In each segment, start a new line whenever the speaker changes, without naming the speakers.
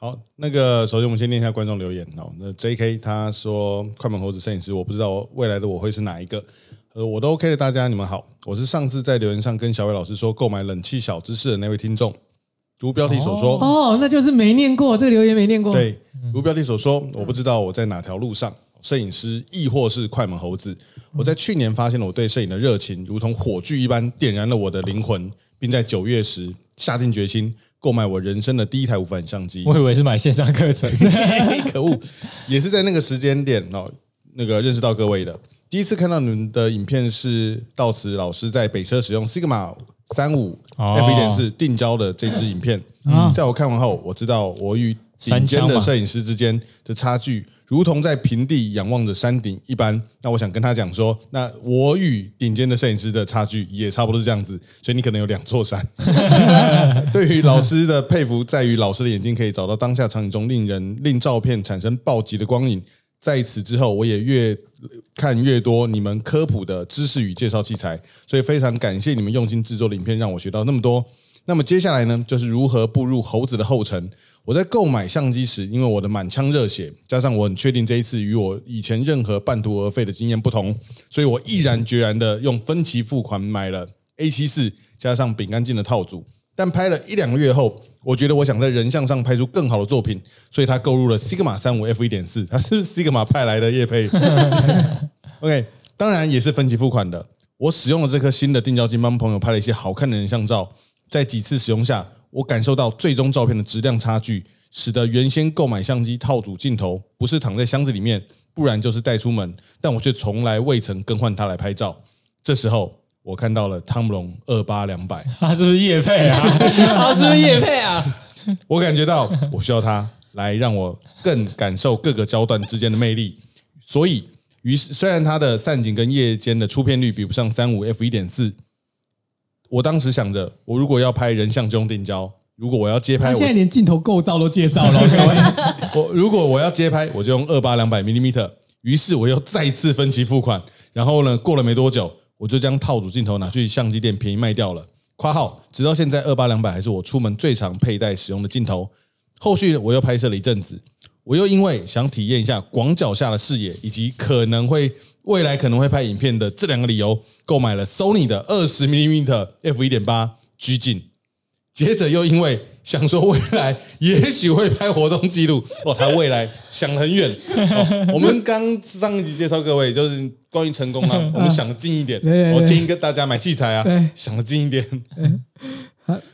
好，那个首先我们先念一下观众留言哦。那 J.K. 他说：“快门猴子摄影师，我不知道未来的我会是哪一个。”呃，我都 OK 的，大家你们好，我是上次在留言上跟小伟老师说购买冷气小知识的那位听众。如标题所说，
哦，那就是没念过这个留言，没念过。，
对，如标题所说，我不知道我在哪条路上，摄影师亦或是快门猴子。我在去年发现了我对摄影的热情，如同火炬一般点燃了我的灵魂，并在九月时下定决心购买我人生的第一台无反相机。
我以为是买线上课程，
可恶，也是在那个时间点哦，那个认识到各位的。第一次看到你们的影片是道慈老师在北车使用 Sigma 三五 F 一点四定焦的这支影片。在我看完后，我知道我与顶尖的摄影师之间的差距，如同在平地仰望着山顶一般。那我想跟他讲说，那我与顶尖的摄影师的差距也差不多是这样子，所以你可能有两座山。 对于老师的佩服在于老师的眼睛可以找到当下场景中令人令照片产生暴击的光影。在此之后，我也越看越多你们科普的知识与介绍器材，所以非常感谢你们用心制作的影片，让我学到那么多。那么接下来呢，就是如何步入猴子的后尘。我在购买相机时，因为我的满腔热血，加上我很确定这一次与我以前任何半途而废的经验不同，所以我毅然决然的用分期付款买了 A 七四，加上饼干镜的套组。但拍了一两个月后，我觉得我想在人像上拍出更好的作品，所以他购入了 Sigma 三五 F 一点四，他是不是 Sigma 派来的叶配 ？OK，当然也是分期付款的。我使用了这颗新的定焦镜，帮朋友拍了一些好看的人像照。在几次使用下，我感受到最终照片的质量差距，使得原先购买相机套组镜头不是躺在箱子里面，不然就是带出门，但我却从来未曾更换它来拍照。这时候，我看到了汤姆龙二八两百。
他是不是叶配啊？他是不是叶配啊？
我感觉到我需要它来让我更感受各个焦段之间的魅力。所以，于是虽然它的散景跟夜间的出片率比不上三五 F 一点四，我当时想着，我如果要拍人像就用定焦，如果我要街
他
拍，
现在
哎我
连镜头构造都介 绍了，各位。
我如果我要街拍，我就用二八两百 millimeter。于是我又再次分期付款，然后呢，过了没多久，我就将套组镜头拿去相机店便宜卖掉了。括号，直到现在二八两百还是我出门最常佩戴使用的镜头。后续我又拍摄了一阵子，我又因为想体验一下广角下的视野，以及可能会未来可能会拍影片的这两个理由，购买了 Sony 的二十 mm f 一点八拘镜。接着又因为想说未来也许会拍活动记录，哦，他未来想得很远。哦、我们刚上一集介绍各位就是关于成功 啊，我们想得近一点。
对对对
我建议跟大家买器材啊
对，
想得近一点。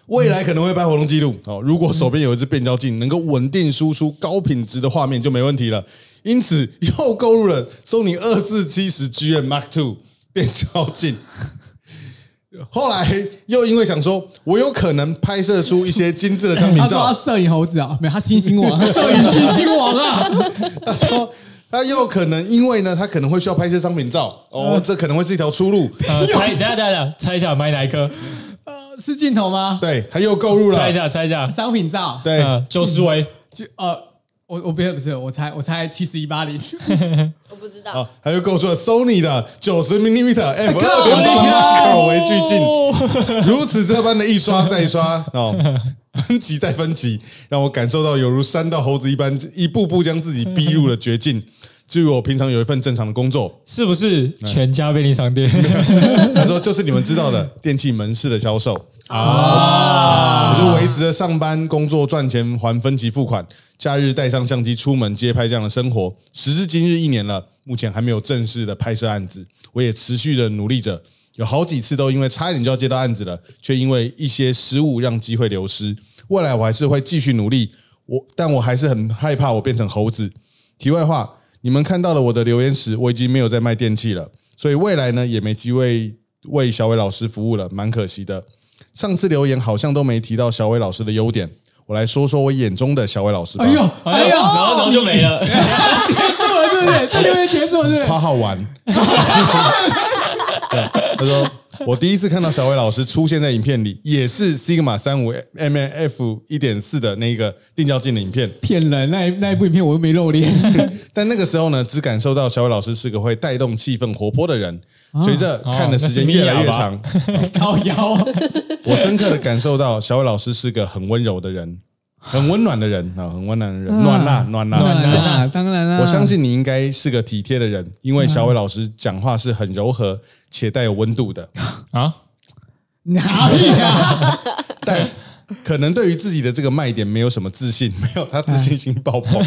未来可能会拍活动记录哦。如果手边有一支变焦镜，能够稳定输出高品质的画面就没问题了。因此又购入了 Sony 二四七十 GM Mark Two 变焦镜。后来又因为想说，我有可能拍摄出一些精致的商品
他说
照
他，摄影猴子啊，没有他星星 王，他摄影星星王啊。
他说他又可能因为呢，他可能会需要拍摄商品照哦，这可能会是一条出路。
呃，猜一下，等一下，等一下，猜一下买哪一颗？
是镜头吗？
对，他又购入了
猜一，下，猜一下。
商品照。
对，
呃，
嗯
九十维，
就呃，我我不是不是，我猜我猜七十一八 零。
我不知道。
啊，他又购入了 Sony 的九十 mm f 二点八
靠
口为巨镜。 如此这般的一刷再刷哦，分级再分级，让我感受到有如山道猴子一般，一步步将自己逼入了绝境。至于我平常有一份正常的工作，
是不是全家便利商 店？
他说就是你们知道的电器门市的销售啊，我就维持着上班工作赚钱还分期付款，假日带上相机出门街拍这样的生活。时至今日一年了，目前还没有正式的拍摄案子，我也持续的努力着。有好几次都因为差一点就要接到案子了，却因为一些失误让机会流失。未来我还是会继续努力，我但我还是很害怕我变成猴子。题外话，你们看到了我的留言时，我已经没有在卖电器了，所以未来呢也没机会为小伟老师服务了，蛮可惜的。上次留言好像都没提到小伟老师的优点，我来说说我眼中的小伟老师吧。
哎呦 哎呦，
然后然后就没了。
结束了是不是？这留言结束了是不 是？
夸好玩。 对，他说我第一次看到小伟老师出现在影片里，也是 Sigma 三五 M F 一点四的那个定焦镜的影片。
骗人！那一那一部影片我又没 露脸，
但那个时候呢，只感受到小伟老师是个会带动气氛、活泼的人。随着看的时间越来越长，
高腰。
我深刻的感受到小伟老师是个很温柔的人。很温暖的人啊，很温暖的人，暖啦暖啦
当
暖
然
啦
啦，当然啦，
我相信你应该是个体贴的人，因为小伟老师讲话是很柔和且带有温度的，
啊，
哪里啊？
但可能对于自己的这个卖点没有什么自信， 没有他自信心爆棚，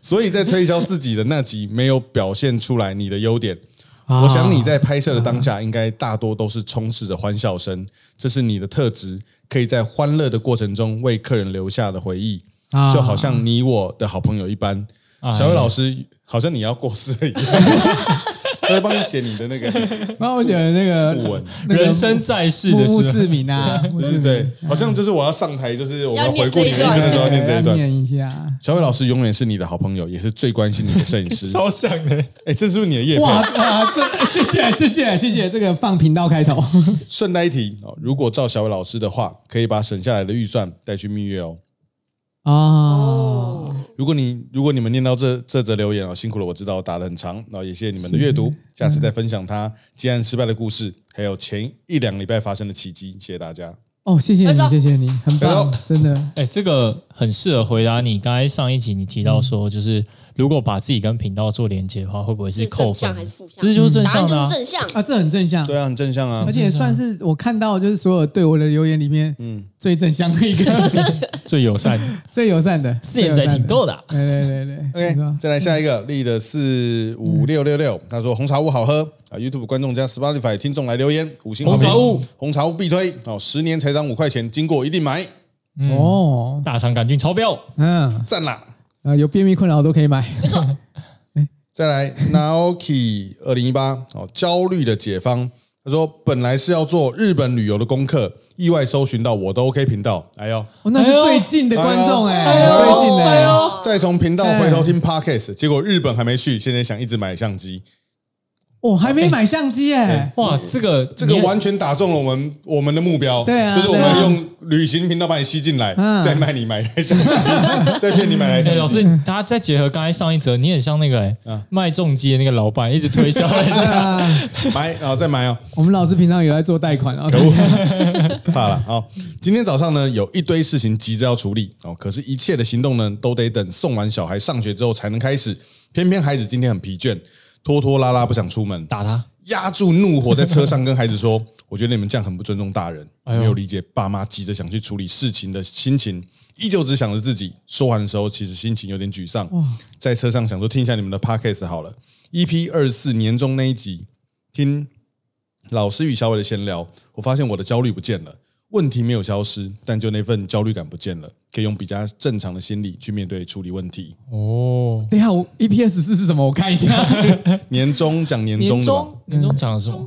所以在推销自己的那集没有表现出来你的优点。
啊
我想你在拍摄的当下，应该大多都是充斥着欢笑声，这是你的特质，可以在欢乐的过程中为客人留下的回忆，
啊
就好像你我的好朋友一般。小伟老师
哎
好像你要过世 了一样，他在帮你写你的那个
帮我写的 那
古
个
文，
那个
人生在世
墓
的
墓
时候，
志铭啊，墓
对
志
对
铭
对，好像就是我要上台，就是我们要回顾你的一
对
生的时候念这一
要
段。
念一下。
小伟老师永远是你的好朋友，也是最关心你 的摄影师。
超像的，
哎，这是不是你的业配？
哇啊！这 谢谢谢谢谢谢这个放频道开头，
顺带一提哦，如果照小伟老师的话，可以把省下来的预算带去蜜月哦。
哦
哦，，
如果你如果你们念到这这则留言哦，辛苦了，我知道打得很长，然后也谢谢你们的阅
嗯
读，下次再分享他接案失败的故事，还有前一两礼拜发生的奇迹，谢谢大家。
嗯
哦，谢谢
快
你，
说
谢谢你，很棒
快，
真的
哎、这个很适合回答你刚才上一集你提到
嗯
说，就是如果把自己跟频道做连接的话，会不会
是
扣
正
分
向
的？
还是负向
这？就是正
答案
向
就
的、啊
是， 正向，
啊，这很正向，
对啊，很正向啊
而，且算是我看到就是所有对我的留言里面，嗯，最正向的一个，
最友善。
最友善的，
四眼仔挺
多，
逗的啊、
对对对对
OK，
没错
再来下一个，丽的四五六六
嗯
六，他说红茶屋好喝啊，YouTube 观众加 Spotify 听众来留言，五星好评
红茶屋，
红茶屋必推哦，十年才涨五块钱，经过一定买，
哦，
大肠杆菌超标，
嗯，
赞啦！
啊，有便秘困扰都可以买，
没错，
再来 Naoki 二零一八哦，焦虑的解方，他说本来是要做日本旅游的功课，意外搜寻到我的 OK 频道，哎呦，
哦，那是
哎呦
最近的观众
哎
哎，
呦
最近的
哎
哎，
呦，
再从频道回
嗯
头听 Podcast，结果日本还没去，现在想一直买相机，
我哦还没买相机哎，
哇，这个
嗯这个
你
完全打中了我们我们的目标，
对啊
就是我
对啊
们用旅行频道把你吸进来，
嗯
再卖你买台相机， 再骗你买台
哎
相
老
机。
师，他再结合刚才上一则，你很像那个、哎
嗯
卖重机的那个老板，一直 推销人家。
啊，
买，然后再买哦，
我们老师平常有在做贷款啊，
可恶，怕了。好，今天早上呢有一堆事情急着要处理哦，可是一切的行动呢都得等送完小孩上学之后才能开始。偏偏孩子今天很疲倦，拖拖拉拉不想出门，
打他，
压住怒火在车上跟孩子说：“ 我觉得你们这样很不尊重大人，
哎呦
没有理解爸妈急着想去处理事情的心情，依旧只想着自己。”说完的时候，其实心情有点沮丧。在车上想说听一下你们的 podcast 好了，EP 二四年终那一集，听老师与小伟的闲聊，我发现我的焦虑不见了，问题没有消失，但就那份焦虑感不见了，可以用比较正常的心理去面对处理问题。
哦，
等一下，我 EPS 四是什么？我看一下。
年终讲 年终
年
的吧。
终年终讲了什么？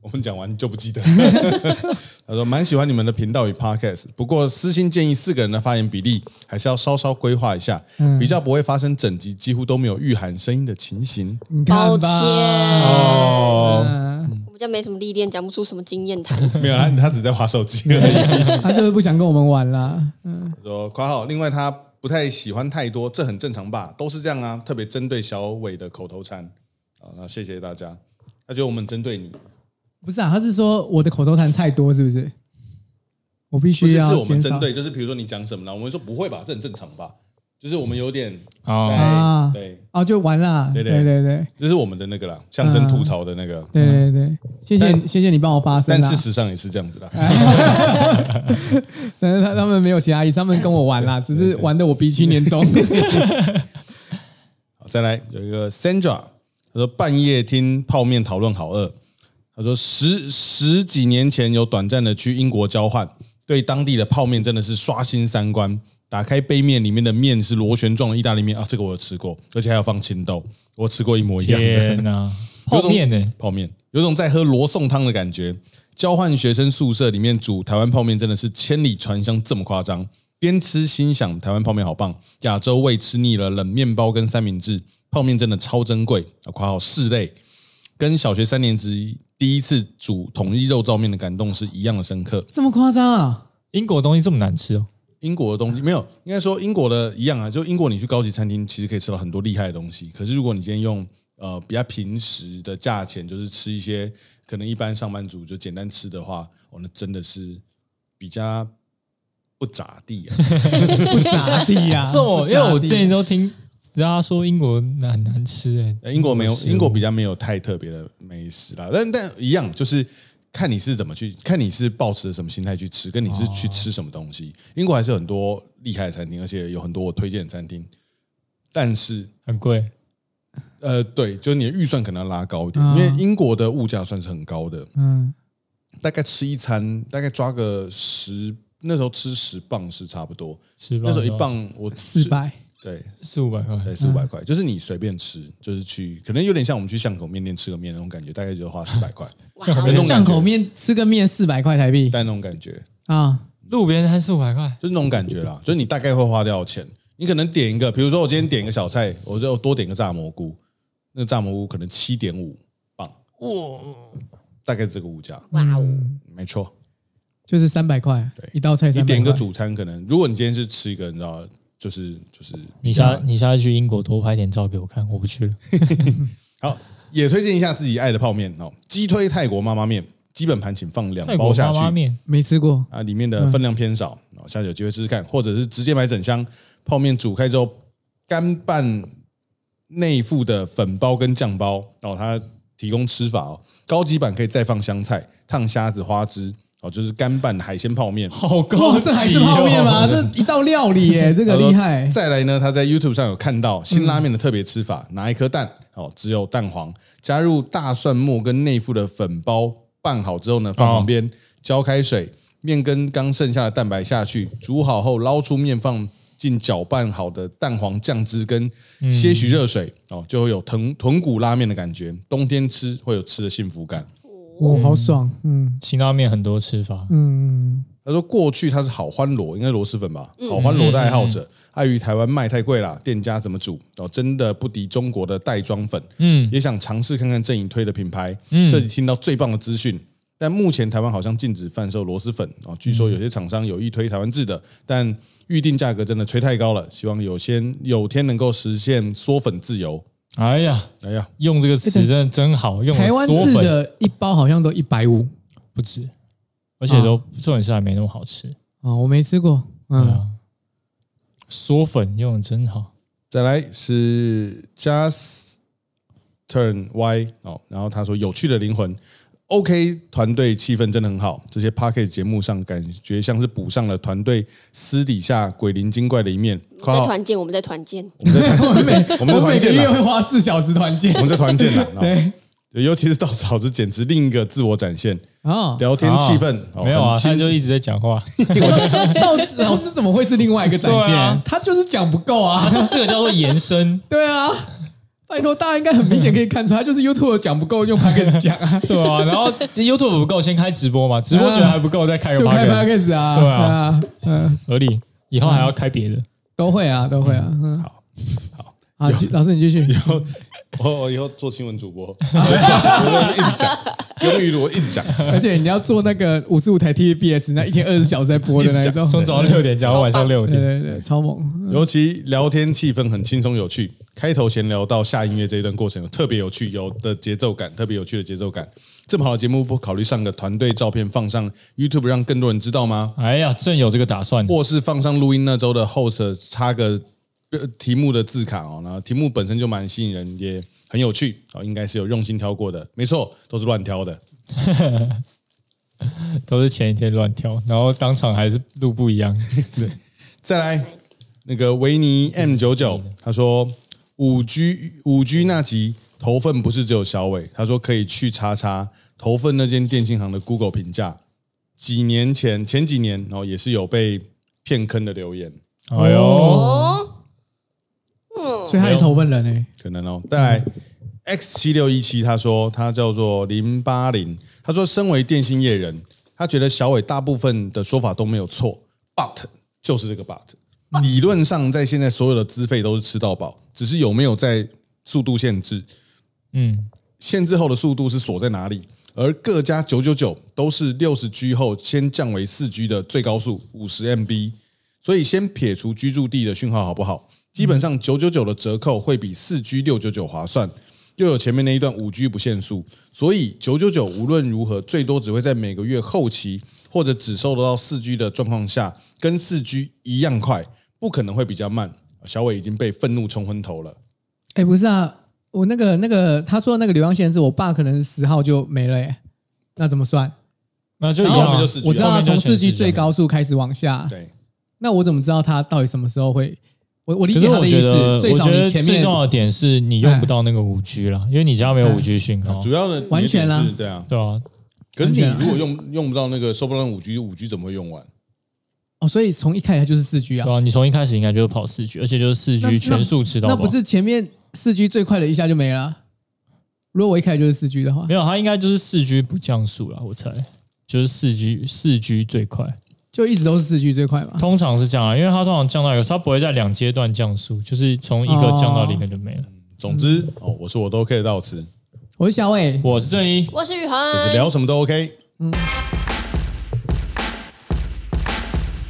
我们讲完就不记得。 他说蛮喜欢你们的频道与 podcast，不过私心建议四个人的发言比例还是要稍稍规划一下，
嗯
比较不会发生整集几乎都没有御寒声音的情形。
你看吧
抱歉，
哦，
嗯
我们家没什么历练，讲不出什么经验 谈。
没有啦，他只在划手机而已。
他就是不想跟我们玩啦。
他说括号，另外他不太喜欢太多，这很正常吧，都是这样啊。特别针对小伟的口头禅啊，那谢谢大家。他觉得我们针对你，
不是啊，他是说我的口头禅太多，是不是？我必
不
须
是
要
是我们
减少
针对，就是比如说你讲什么呢？我们说不会吧，这很正常吧，就是我们有点
哦，
啊
对对。
哦，就完啦。
对
对
对
对对对
这是我们的那个啦，象征吐槽的那个，
对对，谢谢
但
谢谢你帮我发声
但
啦
事。实上也是这样子啦。
但是他他们没有其他意思，他们跟我玩 啦，只是玩的我鼻青脸肿。
好再来有一个 Sandra，她说半夜听泡面讨论好饿，她说十十几年前有短暂的去英国交换，对当地的泡面真的是刷新三观。打开杯面，里面的面是螺旋状的意大利面啊，这个我有吃过，而且还有放青豆，我吃过一模一样的。
天哪，
有
泡
种
面呢、
泡面，有种在喝罗宋汤的感觉。交换学生宿舍里面煮台湾泡面，真的是千里传香这么夸张。边吃心想台湾泡面好棒，亚洲胃吃腻了冷面包跟三明治，泡面真的超珍贵啊！括号室内跟小学三年级第一次煮统一肉燥面的感动是一样的深刻。
这么夸张 啊？
英国东西这么难吃哦，
英国的东西没有，应该说英国的一样啊，就英国你去高级餐厅其实可以吃到很多厉害的东西，可是如果你今天用呃比较平时的价钱，就是吃一些可能一般上班族就简单吃的话，哦，那真的是比较不咋地啊。
不咋地呀、
啊这
哦
么，因为我
啊不
之
咋地
前都听人家说英国很难吃哎、
呃英国没有，
食物
英国比较没有太特别的美食啦，但但一样就是看你是怎么去，看你是抱持什么心态去吃，跟你是去吃什么东西。英国还是有很多厉害的餐厅，而且有很多我推荐的餐厅，但是
很贵，
呃，对，就是你的预算可能要拉高一点，
嗯
因为英国的物价算是很高的，
嗯，
大概吃一餐大概抓个十，那时候吃十磅是差不多，
是吧？
那时候一磅我吃
四百
对
四五百块，
对，四五百块，就是你随便吃，就是去，可能有点像我们去巷口面店吃个面那种感觉，大概就花四百块，
嗯
像旁
有那
边
哦
种感觉
巷口面吃个面四百块台币
但那种感觉
啊，
路边摊四五百块，
就是那种感觉啦，就是你大概会花掉钱，你可能点一个，比如说我今天点一个小菜，我就多点个炸蘑菇，那个炸蘑菇可能七点五磅，
哇
大概是这个物价，
哇哦，
没错。
就是三百块
对，
一道菜
你
三百块。
点个主餐，可能如果你今天是吃一个，你知道，就是就是
你下你下次去英国多拍点照给我看，我不去了。
好，也推荐一下自己爱的泡面哦，鸡推泰国妈妈面，基本盘请放两
泰
包
国
下
妈妈
去，
面
没吃过，
啊，里面的分量偏少，哦，下次有机会试试看，或者是直接买整箱泡面煮开之后干拌内附的粉包跟酱包，哦，它提供吃法哦，高级版可以再放香菜、烫虾子、花枝，哦，就是干拌海鲜泡面。
好高级、
哇，
哦，
这还是泡面 吗？这一道料理耶，这个厉害。
再来呢，他在 YouTube 上有看到新拉面的特别吃法，拿一颗蛋哦，只有蛋黄，加入大蒜末跟内附的粉包，拌好之后呢，放旁边，浇开水，面跟刚剩下的蛋白下去，煮好后捞出面放。进搅拌好的蛋黄酱汁跟些许热水、哦，就会有豚豚骨拉面的感觉。冬天吃会有吃的幸福感。
哇，好爽，嗯
辛拉面很多吃法，
嗯，
他说过去他是好欢螺，应该螺蛳粉吧？好欢螺的爱好者，碍于台湾卖太贵啦，店家怎么煮哦，真的不敌中国的袋装粉。嗯，也想尝试看看阵营推的品牌。嗯，这里听到最棒的资讯。但目前台湾好像禁止贩售螺蛳粉哦，据说有些厂商有意推台湾制的，但预定价格真的吹太高了。希望有先有天能够实现缩粉自由。
哎呀，
哎呀，
用这个词真的真好，用了
哎台湾
缩
制
粉
的一包好像都一百五
不止，而且都重点是还没那么好吃。
啊，我没吃过，
对
啊嗯，
啊，缩粉用的真好，
再来是 Just Turn Y 哦，然后他说有趣的灵魂，OK 团队气氛真的很好，这些 p a c k a g e 节目上感觉像是补上了团队私底下鬼灵精怪的一面。括
在
号
团建，我们在团建，
我们在团， 我们在
我每
团
个
建
月
了，
啊
会花四小时团建
我，们在团建了。哦
对
尤其是到嫂子，简直另一个自我展现，
啊，
聊天气氛、哦
没有啊，
很
他
亲
就一直在讲 话。
到老师怎么会是另外一个展
对
现？
啊
他就是讲不够啊
他。说这个叫做延伸，
对啊，拜托，大家应该很明显可以看出，他就是 YouTube 讲不够，用 Podcast 讲啊，
对啊，然后 YouTube 不够，先开直播嘛，直播觉得还不够，再开个
就开
p
Podcast 啊，
对啊
对啊，嗯，
合理。以后还要开别的，
都会啊，都会啊，嗯，
好。
好，继老师你继续，
我我以后做新闻主播，我会讲我会一直讲，用语我一直讲，
而且你要做那个五十五台 TVBS，那一天二十小时在播的那一种，
从早上六点讲到晚上六
对
点，
对对，嗯超猛，
尤其聊天气氛很轻松有趣，开头闲聊到下音乐这一段过程有特别有趣，有的节奏感，特别有趣的节奏感。这么好的节目，不考虑上个团队照片放上 YouTube 让更多人知道吗？
哎呀，正有这个打
哦
算，
或是放上录音那周的 host 插个呃题目的字卡哦，然后题目本身就蛮吸引人，也很有趣哦，应该是有用心挑过的。没错，都是乱挑的。
都是前一天乱挑，然后当场还是录不一样。
再来，那个维尼 M 九九他说五 G 五 G 那集头份不是只有小伟，他说可以去查查头份那间电信行的 Google 评价，几年前前几年然后也是有被骗坑的留言，
哎呦，
哦，嗯
所以他也投奔人欸诶，
可能哦。再来 X 七六一七他说他叫做零八零，他说身为电信业人，他觉得小伟大部分的说法都没有错，but 就是这个 but。理论上，在现在所有的资费都是吃到饱，只是有没有在速度限制？
嗯，
限制后的速度是锁在哪里？而各家九九九都是六十 G 后先降为四 G 的最高速五十 MB，所以先撇除居住地的讯号好不好？基本上九九九的折扣会比四 G 六九九划算。又有前面那一段五 G 不限速，所以九九九无论如何最多只会在每个月后期或者只收得到四 G 的状况下，跟四 G 一样快，不可能会比较慢。小伟已经被愤怒冲昏头了。
哎，不是啊，我那个那个他说的那个流量限制，我爸可能十号就没了哎，那怎么算？
那就一
然
样
后
啊
就。是
我知道
后
他
面就
从
全
四 G
是这样
最高速开始往下，
对，
那我怎么知道他到底什么时候会？我我理
可
解
是
他
我
的意
觉得，
思，最
我
少
觉得
你前
最
面哎
重要的点是你用不到那个五 G 啦，因为你家没有五 G 讯号。
主要的
完全啊
你的点是对啊。
对啊，
可是你
完全啊
如果用用不到那个收不到五 G，五 G 怎么会用完？
哦，所以从一开始就是四 G 啊
对，啊，你从一开始应该就是跑四 G，而且就是四
那
G 全速吃到
那
饱。
不是前面四 G 最快的一下就没了啊？如果我一开始就是四 G 的话
没，有，它应该就是四 G 不降速啦，我猜就是四 G 四 G 最快，
就一直都是四 G 最快嘛。
通常是这样啊，因为它通常降到有时候它不会在两阶段降速，就是从一个降到另一个就没了。
总之，
嗯
哦，我说我都 OK 的到此，
我是小伟，
我是正一，
我是雨
就是
恒，
聊什么都 OK。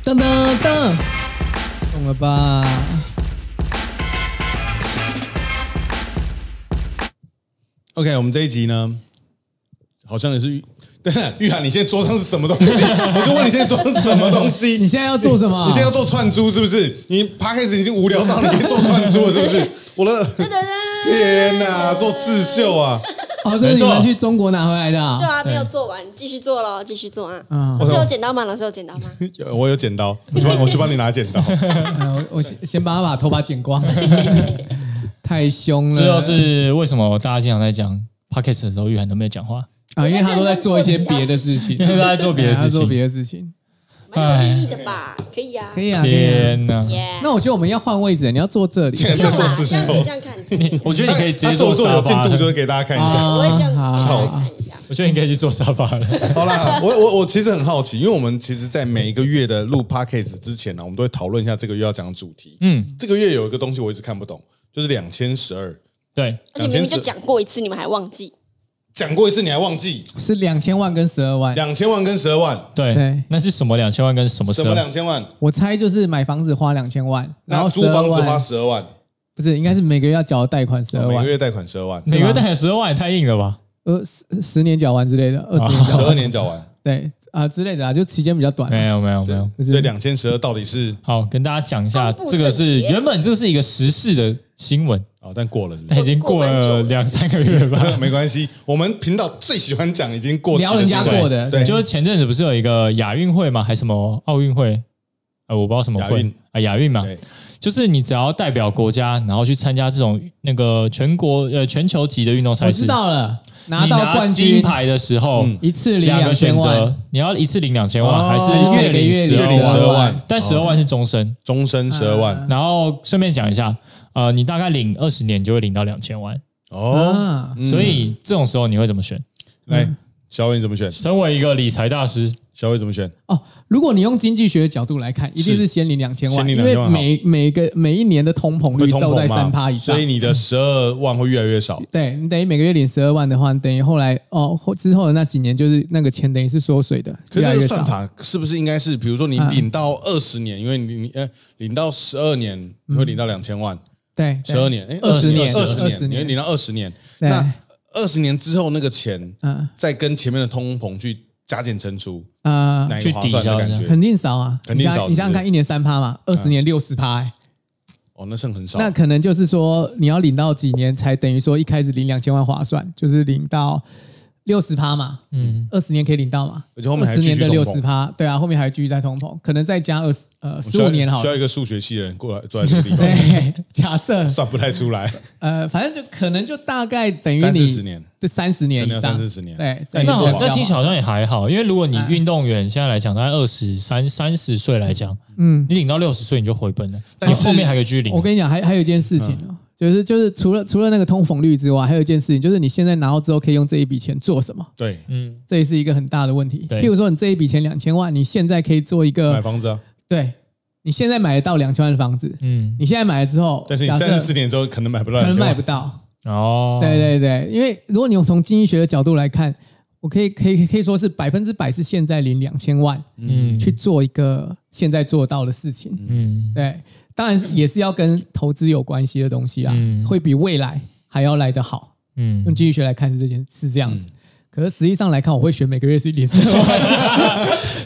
噔噔噔，懂了吧？
OK，我们这一集呢，好像也是玉， 对了，玉涵，你现在桌上是什么东西？ 我就问你现在桌上是什么东西？
你现在要做什么？ 啊
你现在要做串珠是不是？你 p a c k a g e 已经无聊到你可以做串珠了是不是？ 我的天哪，做刺绣啊！
哦，这是你
没
们
错
去中国拿回来的、啊
对啊，没有做完，继续做咯，继续做啊。
嗯
老师有剪刀吗？老师有剪刀吗？
哎
我有剪刀，我去帮我去帮你拿剪刀。
嗯我我先先把他把头发剪光，太凶了。
这就是为什么大家经常在讲 Pocket 的时候，玉涵都没有讲 话，
啊，因为他都在做一些别的 事情，哎
因为他在啊做别的
他
事
做
情。
别的事情。
蛮有意义的吧？可以啊，
可以啊，可以啊。
天哪！
耶。
那我觉得我们要换位置，你要坐这里。
现在在做刺
这
绣
样，可以这样看，
你我觉 得你可以直
他
接
做
坐
做
沙
有进
发
度，就
了，
是给大家看一
啊
下。
我会这样
笑
死
看一下。
我觉得你可以去坐沙发了。
好啦，我我我其实很好奇，因为我们其实，在每一个月的录 p a c k a g e 之前呢，我们都会讨论一下这个月要讲的主题。
嗯，
这个月有一个东西我一直看不懂，就是两千十二，
对，
而且明明就讲过一次，你们还忘记。
讲过一次你还忘记，
是两千万跟十二万，
两千万跟十二万，
对，
对
那是什么两千万跟什么
什
车？
么两千万？
我猜就是买房子花两千万，然
那
后
租房
12
子
万
花十二万，
不是，应该是每个月要缴的贷款十二
每
万
个，月贷款十二万，
每个月贷十二万也太硬了吧？
呃，十十年缴完之类的，二十年
十
缴
二
完，
年缴完，
对啊之类的啊，就期间比较短啊。
没有没有没有。
不是
这两千十二到底是
好，跟大家讲一下，
公布
这个是
正解
原本这是一个时事的新闻，
哦？但过了是不
但
是。
已经过
过蛮久
了
了
两三个月 吧
没关系，我们频道最喜欢讲已经过期的
聊人家
新闻
过的，
对
就是前阵子不是有一个亚运会嘛，还什么奥运会？呃，我不知道什么
亚
会
运
啊，亚运嘛，
对，
就是你只要代表国家，然后去参加这种那个全国呃全球级的运动赛
我
事，
知道了，拿
你
到冠
金
军
牌的时候，
嗯
一次领
两
两
个选
千
择
万，，
你要一次领两千万，
哦
还是月领十
月领
二
12
万？
万
但十二万是终身。
终身十二
啊
万
然后顺便讲一下，呃，你大概领二十年就会领到两千万，
哦。
啊，嗯
嗯
所以这种时候你会怎么选？
来，小伟你怎么选？
身为一个理财大师，
小伟怎么选？
哦，如果你用经济学的角度来看，一定
是
是先领两千
先
万，
领
因为
2000万
每每个每一年的通膨
会
率
通
都在
膨
三趴
嘛？啊
以上嗯
所以，你的十二万会越来越少。
对你等于每个月领十二万的话，等于后来哦后之后的那几年就是那个钱等于是缩水的，
可
越
是
来
这
越
个
少
算。法是不是应该是，比如说你领到二十年，因为你你呃领到十二年，你会领到两千万，
嗯对，
十二年，哎，
20年
二十
20
年，
年
你会领到二十年。
对
那二十年之后那个钱，
嗯
再跟前面的通膨去加减乘除，
啊、
哪一个划算的感
去抵消
觉？
肯定少啊，
肯定少
你想你想想
是不嗯
看，
是
一年三趴嘛，二十年六十趴，欸
哦，那剩很少。
那可能就是说你要领到几年才等于说一开始领两千万划算，就是领到六十趴嘛，
嗯，
二十年可以领到嘛，
而且后面还
二
继续
十年
通
的六
膨
十趴，对啊，后面还继续在通膨，可能再加二十呃
我
十
需要
五年好
需要
了，
一个数学系的人过来坐在这个地方，
对，假设
算不太出来。
呃，反正就可能就大概等于
三
你
四十年，
对三十年
可能
以
要
上，
嗯三四十年
对，
那
对
你
那
不
好
好，
那听起来好像也还好，因为如果你
哎
运动员现在来讲，大概二十三三十岁来讲，
嗯，
你领到六十岁你就回本了，
但
你
是
后面还可以继续领啊
我。跟你讲，还还有一件事情哦，就是就是除了除了那个通膨率之外，还有一件事情就是你现在拿到之后可以用这一笔钱做什么，
对，
嗯，
这也是一个很大的问题。
对
譬如说你这一笔钱两千万，你现在可以做一
买
个，
房子啊，
对你现在买得到两千万的房子，
嗯，
你现在买了之后，
但是你
假设
三十四年之后可能买不到
可
两
能
千
买
万
不，到。
哦，
对对对，因为如果你用从经济学的角度来看，我可以可以可以说是百分之百是现在领两千万
嗯，
去做一个现在做到的事情。
嗯，
对，当然是也是要跟投资有关系的东西啦，
嗯
会比未来还要来得好。
嗯嗯
用经济学来看是这件是这样
嗯
子。可是实际上来看，我会选每个月是零四 万。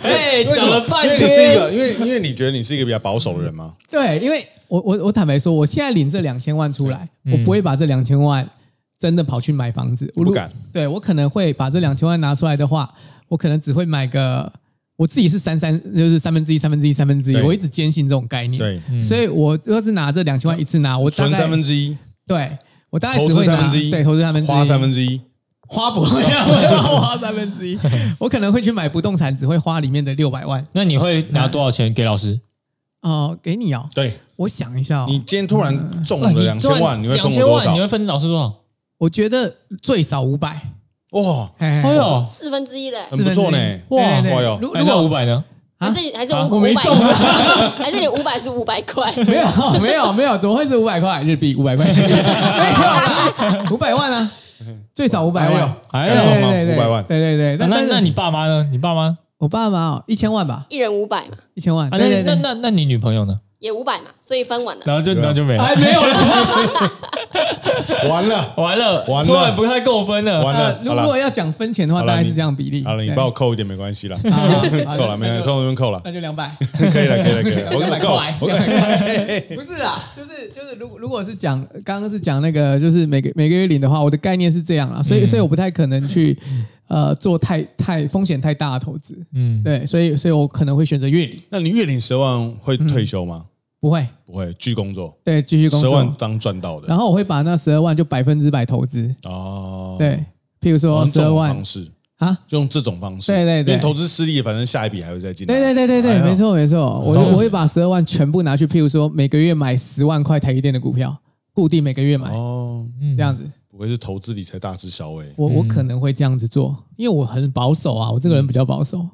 哎，
为什
讲
么
了半
因为你是一
天，
个，因为因为你觉得你是一个比较保守的人吗？
对，因为我我我坦白说，我现在领这两千万出来，
嗯
我不会把这两千万真的跑去买房子，我
不敢。
对我可能会把这两千万拿出来的话，我可能只会买个我自己是三三，就是三分之一、三分之一、三分之一，
对
我一直坚信这种概念。，
对，
所以我要是拿这两千万一次拿，我大
存
概
三分之一，
对我大概
投
只
资
会拿
三分之一，
对投资三分之一，
花三分之一，
花不会啊，我要花三分之一，我可能会去买不动产，只会花里面的六百万
那你会拿多少钱给老师？
哦，给你哦，
对
我想一下哦，
你今天突然中了两千万，你会
两
中我
千
多
万，
少
你？会分老师多少？
我觉得最少五百，
哇，
哎
哎呦，
四分之一嘞，
很不错呢
哇
哇，
对
哇
对
哟
如
哎
如
那
果
五百呢？
啊
还是还是
啊
五
我没
五百
中，
还是你五百是五百块？
没有没有没有，怎么会是五百块日币？五百块，没有五百万啊，最少五百
哎
万
呦，
哎
对
呦
对
好吗
对对，
500万
对对对。
那
但
那
但是
那你爸妈呢？你爸妈？
我爸妈哦，一千万吧，
一人五百嘛，
一千万，
啊
对对
那那
对，
那那你女朋友呢？
也五百嘛，所以分完了。
然后就
对啊
然后就没了，
哎没有了。
完了，
完了，
完了
突然不太够分了，
完
呃
了，
如
好
果
了，
要讲分钱的话，
好了
大概是
你
这样比例。
好了，你
对
帮我扣一点没关系啦，
好好 好
扣了，没关
啊那
系，
就
扣那边扣了，
那就两百，
可以了， 可以了，可以了，我
两百
够
块
了，我够了，
不是啦，就是就是，如果如果是讲刚刚是讲那个，就是每个每个月领的话，我的概念是这样啦，
嗯
所以、所以我不太可能去呃做太太风险太大的投资，
嗯，
对，所以所以我可能会选择月领，
那你月领十万会退休吗？
不会
不会，继工作，
对继续工
十万
作，
当赚到的
然后我会把那十二万就百分之百投资，
哦。
对，譬如
好
说
像
十
这
二
种
万
方式，
啊，
就用这种方式，
对对对
因为投资失利，反正下一笔还会再进来。
对对对对
哎
对，
呦
没，错没错，我
懂了
我会把十二万全部拿去，譬如说每个月买十万块台积电的股票，固定每个月买、
哦，
这样子。
不会是投资理财大欸师小伟？
我我可
嗯
能会这样子做，因为我很保守啊，我这个人比较保守。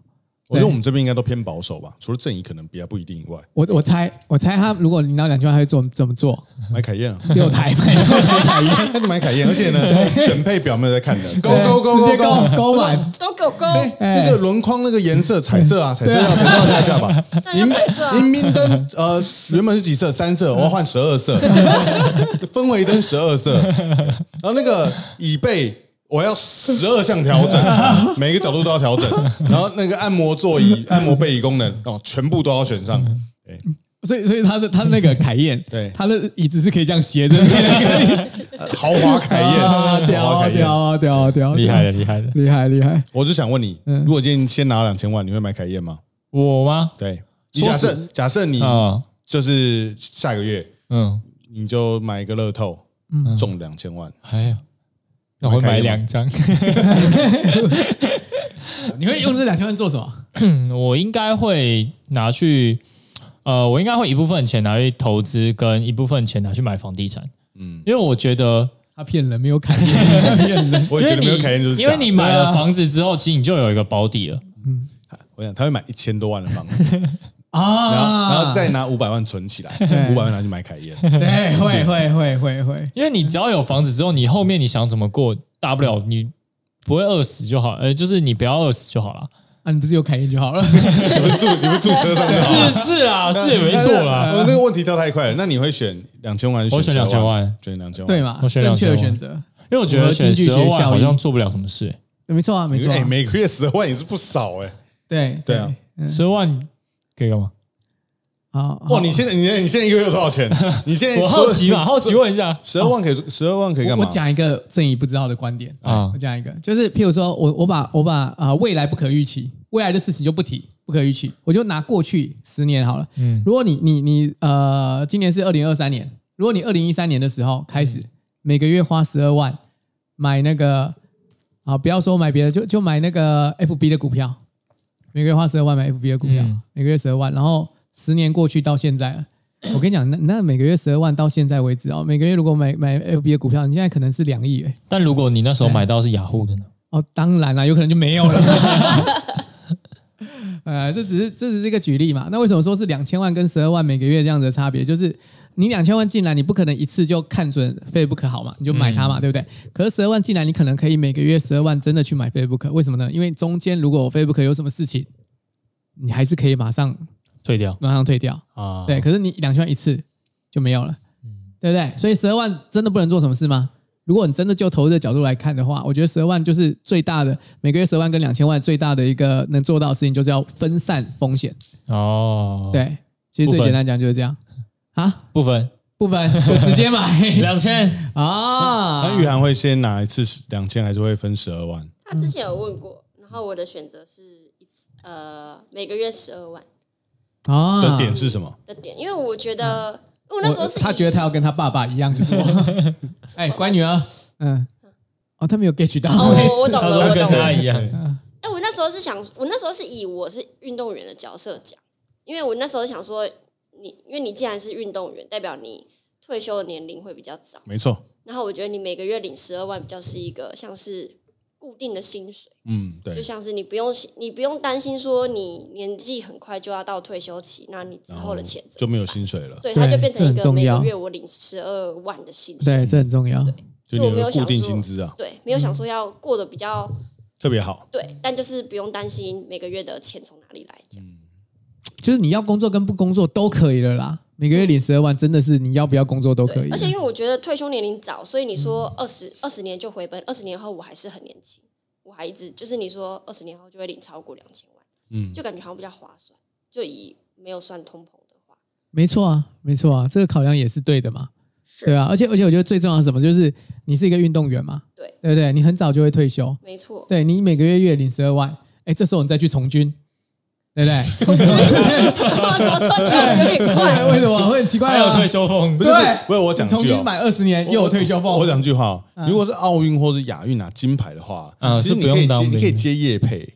我觉得我们这边应该都偏保守吧，除了正义可能比较不一定以外，
我我猜我猜他如果领到两千万，他会做怎么做？
买凯宴啊，
六台买六台台烟，
他就买凯宴，而 且呢，选配表没有在看的，勾 勾勾勾
直接
勾。
勾勾满。
都狗狗，
哎，那个轮框那个颜色彩色
嗯
啊，彩色要彩色要加价吧？
那要彩色啊
荧明灯呃原本是几色？三色，我要换十二 色。氛围灯十二色，然后那个椅背我要十二项调整，每个角度都要调整。然后那个按摩座 椅、按摩背椅功能哦，全部都要选上。
嗯
哎，
所以所以他的他那个凯宴，
对
他的椅子是可以这样斜着的，
呃豪华凯宴，
啊屌
豪华
啊
凯宴
屌。啊屌啊屌啊，
厉害了，厉害了，
厉害厉害！
我就想问你，
嗯
如果今天先拿两千万，你会买凯宴吗？
我吗？
对，你假设假设你
啊，
就是下个月
嗯，
你就买一个乐透，中两千万。
哎呀，嗯那我会买两张，
你会用这两千万做什么？
嗯我应该会拿去，呃，我应该会一部分钱拿去投资，跟一部分钱拿去买房地产，
嗯，
因为我觉得，
他骗人，没有凯宴， 骗人。
我也觉得
因为你
没有凯宴就是
因
假
为
的
你买了房子之后，其实你就有一个保底了，
我想他会买一千多万的房 子，
啊，
然后然后再拿五百万存起来，五百万拿去买凯宴。
对，会会会会会，
因为你只要有房子之后，你后面你想怎么过，大不了你不会饿死就好，呃，就是你不要饿死就好了。
啊，你不是有凯宴就好了。
你们住你们住车上就好
是是啊，是也没错啦。
我那个问题跳太快了，那你会选两千万还是
我选两千
10,000
万，
选两千万？
对嘛？
我选
正确的
2000万
选择，
因为我觉得选十二
我有经济学
万
效
好
益
像做不了什么事、
没错啊，没
你
错
说，
啊、
哎，每个月十万也是不少哎。
哦
对嗯
对啊，
欸，十二万可以干嘛？
好，
哇，
好
你现在你你现在一个月有多少钱？你现
哎
在
我好奇嘛，好奇问一下
十二万可以十二万可以干
我
嘛
我？讲一个正义不知道的观点啊，
啊
我，讲一个，就是譬如说我我把我把啊、呃未来不可预期，未来的事情就不提，不可预期，我就拿过去十年好了。
嗯
如果你你你呃，今年是二零二三年，如果你二零一三年的时候开
嗯
始、每个月花十二万买那个啊，不要说买别的，就就买那个 FB 的股票，每个月花十二万买 FB 的股票，
嗯
每个月十二万，然后十年过去到现在了。我跟你讲，那那每个月十二万到现在为止哦，每个月如果买买 FB 的股票，你现在可能是两亿哎，
但如果你那时候买到是雅虎的呢？
哦，当然啦、有可能就没有了。 呃，这只是这只是一个举例嘛。那为什么说是两千万跟十二万每个月这样子的差别？就是你两千万进来，你不可能一次就看准 Facebook 好嘛，你就买它嘛，对不对？可是十二万进来，你可能可以每个月十二万真的去买 Facebook，为什么呢？因为中间如果 Facebook 有什么事情，你还是可以马上
退掉
马上退掉。
啊？嗯
对，，可是你两千万一次就没有了，对不对？所以十二万真的不能做什么事吗？如果你真的就投资的角度来看的话，我觉得十二万就是最大的每个月十万跟两千万最大的一个能做到的事情，就是要分散风险。
哦，，
对，其实最
部分
简单讲就是这样啊，
部分
不分就 直接买
两千，
啊
那。雨涵会先拿一次两千，还是会分十二万？
他之前有问过，然后我的选择是一次呃每个月十二万
嗯
啊
的点是什么？
的点，因为我觉得我那时候是以
他觉得他要跟他爸爸一样，就是 我哎，乖女儿，嗯，哦，他没有 get 到，
哦，我我懂
他
了，
说
我
跟
懂
他
了。
一样，
哎，我那时候是想，我那时候是以我是运动员的角色讲，因为我那时候想说你，因为你既然是运动员，代表你退休的年龄会比较早，
没错，
然后我觉得你每个月领十二万比较是一个像是固定的薪水。
嗯，
就
对，
像是你不用你不用担心说你年纪很快就要到退休期，那你之后的钱怎
就
么
没有薪水了
办，所以它就
对
变成一
这
个
很重
每
要
个月我领十二万的薪水。
对，嗯这很重要。
就
所以我
你
没
的
有想
固定
说
薪资啊，
对，没有想说要过得比较
特别好。
对，但就是不用担心每个月的钱从哪里来。
嗯
这样
就是你要工作跟不工作都可以了啦。每个月领十二万，真的是你要不要工作都可以啊嗯
对，。而且因为我觉得退休年龄早，所以你说二十二十年就回本，二十年后我还是很年轻，我还一直就是你说二十年后就会领超过两千万，
嗯，
就感觉好像比较划算。就以没有算通膨的话，
没错啊，没错啊，这个考量也是对的嘛，对啊。而且而且，我觉得最重要的是什么，就是你是一个运动员嘛，
对
对不对？你很早就会退休，
没错。
对你每个月月领十二万，哎，这时候你再去从军，对不对？
从军，怎么怎么突然觉得有点快？啊
为什么会很奇怪
还有
吗？
退休 俸，
不是
对，
不是我讲一
你
句哦
从军买二十年又有退休俸，
我讲句话哦，
嗯
如果是奥运或是亚运拿金牌的话，
嗯
其实
是
你
不用
可以接，
当兵
你可以接业配，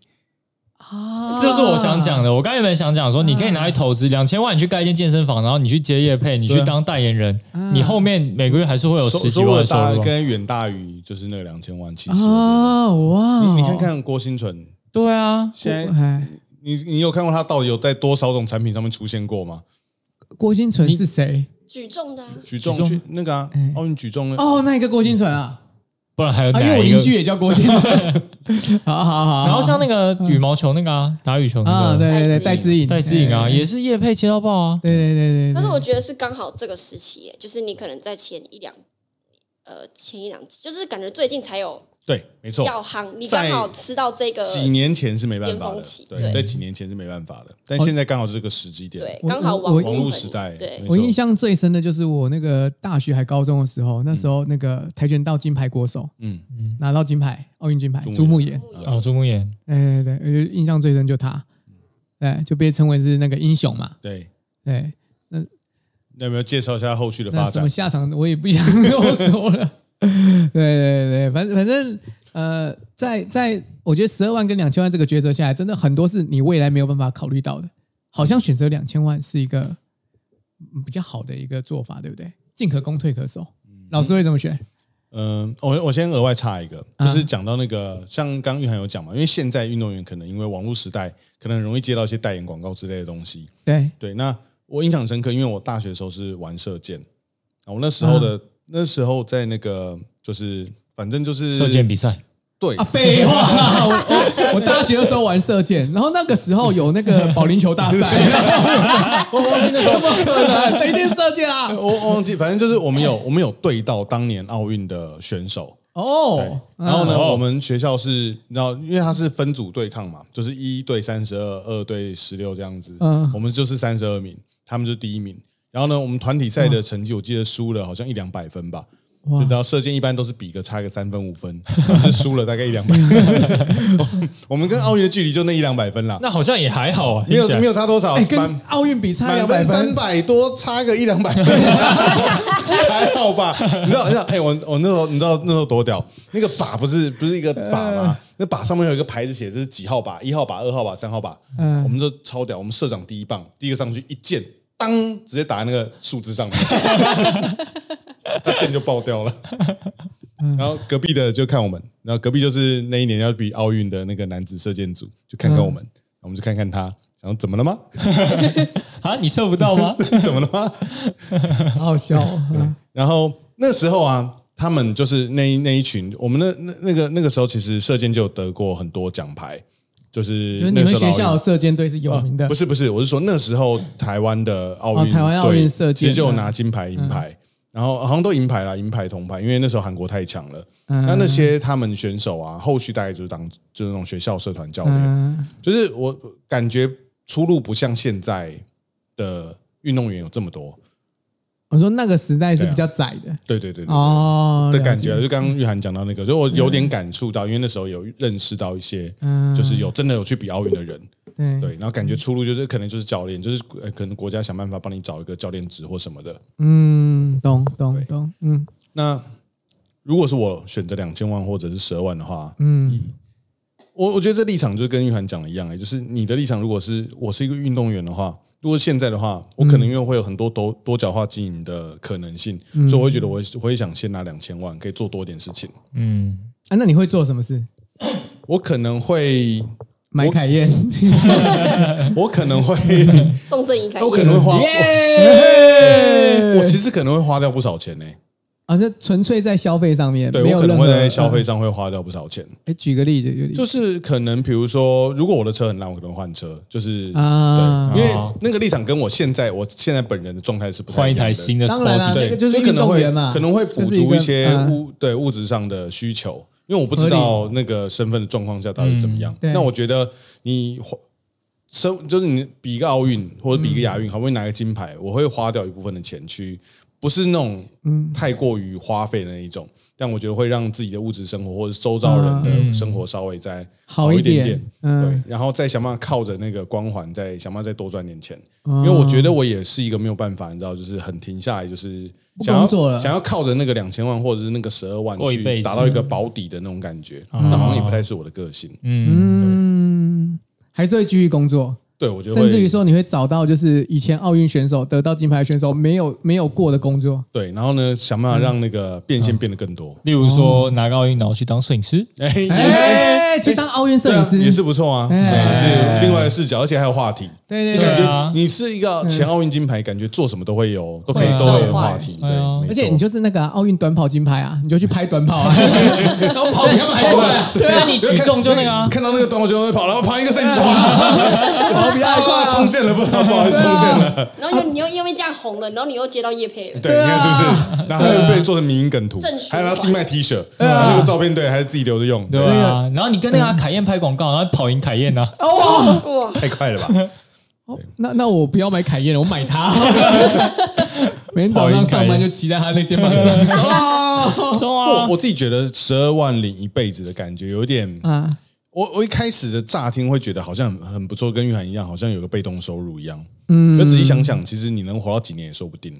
啊
这是我想讲的。我刚原本想讲说，你可以拿去投资两千万，你去盖一间健身房，然后你去接业配，你
对
去
啊
当代言人
啊，
你后面每个月还是会有
收
十几
收入
万的
的
收
大
入啊。
跟远大于就是那个两千万，其实我
啊，哇
觉得
哦
你你看，看郭新存，
对啊，
现在
哎，
你你有看过他到底有在多少种产品上面出现过吗？
郭新存是谁？
举重的、啊，
嗯
举重
举重
去那个啊
哎，
奥运举重呢？
哦，那一个郭新存啊。
不然还有
啊，因为
哪
我
一
邻
个？
居也叫郭先生。 好好好好，
然后像那个羽毛球那个啊，打羽球
啊，
那
对
个
对对，戴
戴
志
资
颖，
戴志颖啊，
哎
也是业配切到爆啊。
对对对对。
但是我觉得是刚好这个时期耶，就是你可能在前一两，呃，前一两，就是感觉最近才有
对，没错，
较夯，你刚好吃到这个，
几年前是没办法
尖
的
峰期，
对，
对
在几年前是没办法的，但现在刚好是个时机点。
对，
我
刚好
我
网
我
网
络
络
很
时代，
对，
没
我
错
印象最深的就是我那个大学还高中的时候，那时候那个跆拳道金牌国手
嗯，
拿到金牌，奥运金牌，
朱木
朱木炎。
嗯
哦，朱木炎，
对对对，我就印象最深就他，对，就被称为是那个英雄嘛。
对。
对，
那有没有介绍一下后续的
那
发
什
展
么？下场我也不想 多说了。对对对，反正反正呃，在在我觉得十二万跟两千万这个抉择下来，真的很多是你未来没有办法考虑到的。好像选择两千万是一个嗯比较好的一个做法，对不对？进可攻，退可守。老师会怎么选？
嗯，我我先额外插一个，
啊
就是讲到那个，像刚刚玉涵有讲嘛，因为现在运动员可能因为网络时代，可能很容易接到一些代言广告之类的东西。
对，
对，那我印象很深刻，因为我大学的时候是玩射箭，啊我那时候的、那时候在那个就是反正就是
射箭比赛，
对、
啊，废话啦！我我我大学的时候玩射箭，然后那个时候有那个保龄球大赛，
我忘哦记那时候
怎么可能？一定射箭啊！
我我忘记，反正就是我们有我们有对到当年奥运的选手。
哦，
然后呢，
哦
我们学校是，你知道，因为它是分组对抗嘛，就是一对三十二，二对十六这样子。
嗯
我们就是三十二名，他们就是第一名。然后呢，我们团体赛的
嗯
成绩，我记得输了好像一两百分吧。
哇
就知道射箭一般都是比个差个三分五分，就输了大概一两百。 我们跟奥运的距离就那一两百分啦，
那好像也还好啊，
没有
听起来
没有差多少，
哎，
满
跟奥运比差
满
两
分
百分
三，百多，差个一两 百分，还好吧？你知道，你知道，哎、我我那时候你知道那时候多屌，那个靶不是不是一个靶吗？那靶上面有一个牌子写这是几号靶，一号靶、二号靶、三号靶。
嗯
我们就超屌，我们社长第一棒，第一个上去一箭，当直接打在那个树枝 上面，那箭就爆掉了。然后隔壁的就看我们，然后隔壁就是那一年要比奥运的那个男子射箭组，就看看我们，我们就看看他，然后怎么了吗？
啊，你射不到吗？
怎么了吗？
好好笑、哦。嗯
然后那时候啊，他们就是那一那一群，我们那那那个那个时候，其实射箭就有得过很多奖牌，就是
就是你
那
们
时候的
学
奥运
校的射箭队是有名的，
不是不是，我是说那时候台湾的奥运
哦
队，
台湾奥运射
其
箭嗯
实就有拿金牌银牌。然后好像都银牌啦，银牌、铜牌，因为那时候韩国太强了。
嗯
那那些他们选手啊，后续大概就是当就是那种学校社团教练，
嗯
就是我感觉出路不像现在的运动员有这么多。
我说那个时代是比较窄的
对对对对对
哦
的感
了
觉，
解
就刚刚玉涵讲到那个，所以我有点感触到，因为那时候有认识到一些，
嗯
就是有真的有去比奥运的人，
对
对，然后感觉出路就是可能就是教练，就是呃可能国家想办法帮你找一个教练职或什么的。
嗯，懂懂
对
懂，嗯
那如果是我选择两千万或者是十二万的话，
嗯
我我觉得这立场就跟玉涵讲的一样、欸，就是你的立场，如果是我是一个运动员的话，如果是现在的话，我
嗯
可能因为会有很多多多角化经营的可能性，所以
嗯
我会觉得我我会想先拿两千万，可以做多点事情。
嗯，
啊，那你会做什么事？
我可能会，
买凯 宴，
我可能 会，
宋正英开
我可能会花，
耶！
我其实可能会花掉不少钱呢、欸。
啊，就纯粹在消费上面，
对
没有
我可能
任
会
何
在消费。上会花掉不少钱，
哎，举个例子，举个例
就
子，
是可能比如说，如果我的车很烂，我可能会换车，就是
啊
对，因为
哦
那个立场跟我现在我现在本人的状态是不太
换一
样
台
的
新的
当然啦
Sporty，
啊这
对，
个就是
所以可能
运动
会
员嘛
可能会补
就是一
足
个
一些
嗯
物对物质上的需求，因为我不知
合
道那个身份的状况下到底怎么样
嗯。对
那我觉得你花生就是你比一个奥运或者比一个亚
嗯
运，好不容易拿个金牌，我会花掉一部分的钱去，不是那种
嗯
太过于花费的那一种，但我觉得会让自己的物质生活或者是周遭人的生活稍微再
好
一
一
点
点，嗯
对，，然后再想办法靠着那个光环，再想办法再多赚点钱。
因
因为我觉得我也是一个没有办法，你知道，就是很停下来，就是
不
想要
工作了
想要靠着那个两千万或者是那个十二万
过一辈
去
子
达到一个保底的那种感觉，
嗯
那好像也不太是我的个性。
嗯，
嗯，还是会继续工作，
对，我觉得
甚至于
会
说你会找到就是以前奥运选手得到金牌选手没有没有过的工作，
对，然后呢，想办法让那个变现变得更多，
例如说拿个奥运脑去当摄影师，
哎，也是
嗯哎，去当奥运摄
对
影
啊
师
也是不错啊，
哎
对，是另外的视角，而且还有话题。
对对
对
感
啊
对，
觉你是一个前奥运金牌，感觉做什么都会有，都可以
会啊
都会有话题，对
哎呦，
没
而且
错
你就是那个啊奥运短跑金牌啊，你就去拍短跑啊， 然后跑比他们还快啊，
对啊，你举重就那个啊，
看到那个短跑就会跑，然后啪一个三十哇，
跑比他还快
啊
啊
冲线了，不不好意思，冲线了。
然后又你又因为这样红了，然后你又接到叶佩了，
对，
啊
你看是不是？然后还被做成迷因梗图
正，确
还有他自己卖 T 恤，然后那个照片对，还是自己留着用，
啊对啊，然后你跟那个凯燕拍广告，然后跑赢凯燕啊呢，
哦，
哇，
太快了吧？
那那我不要买凯宴了，我买它。 每天早上上班就骑在他那肩膀上。哦，
冲啊
我！我自己觉得十二万领一辈子的感觉有点，
啊，
我我一开始的乍听会觉得好像很很不错，跟玉涵一样，好像有个被动收入一样。
嗯
可仔细想想，其实你能活到几年也说不定。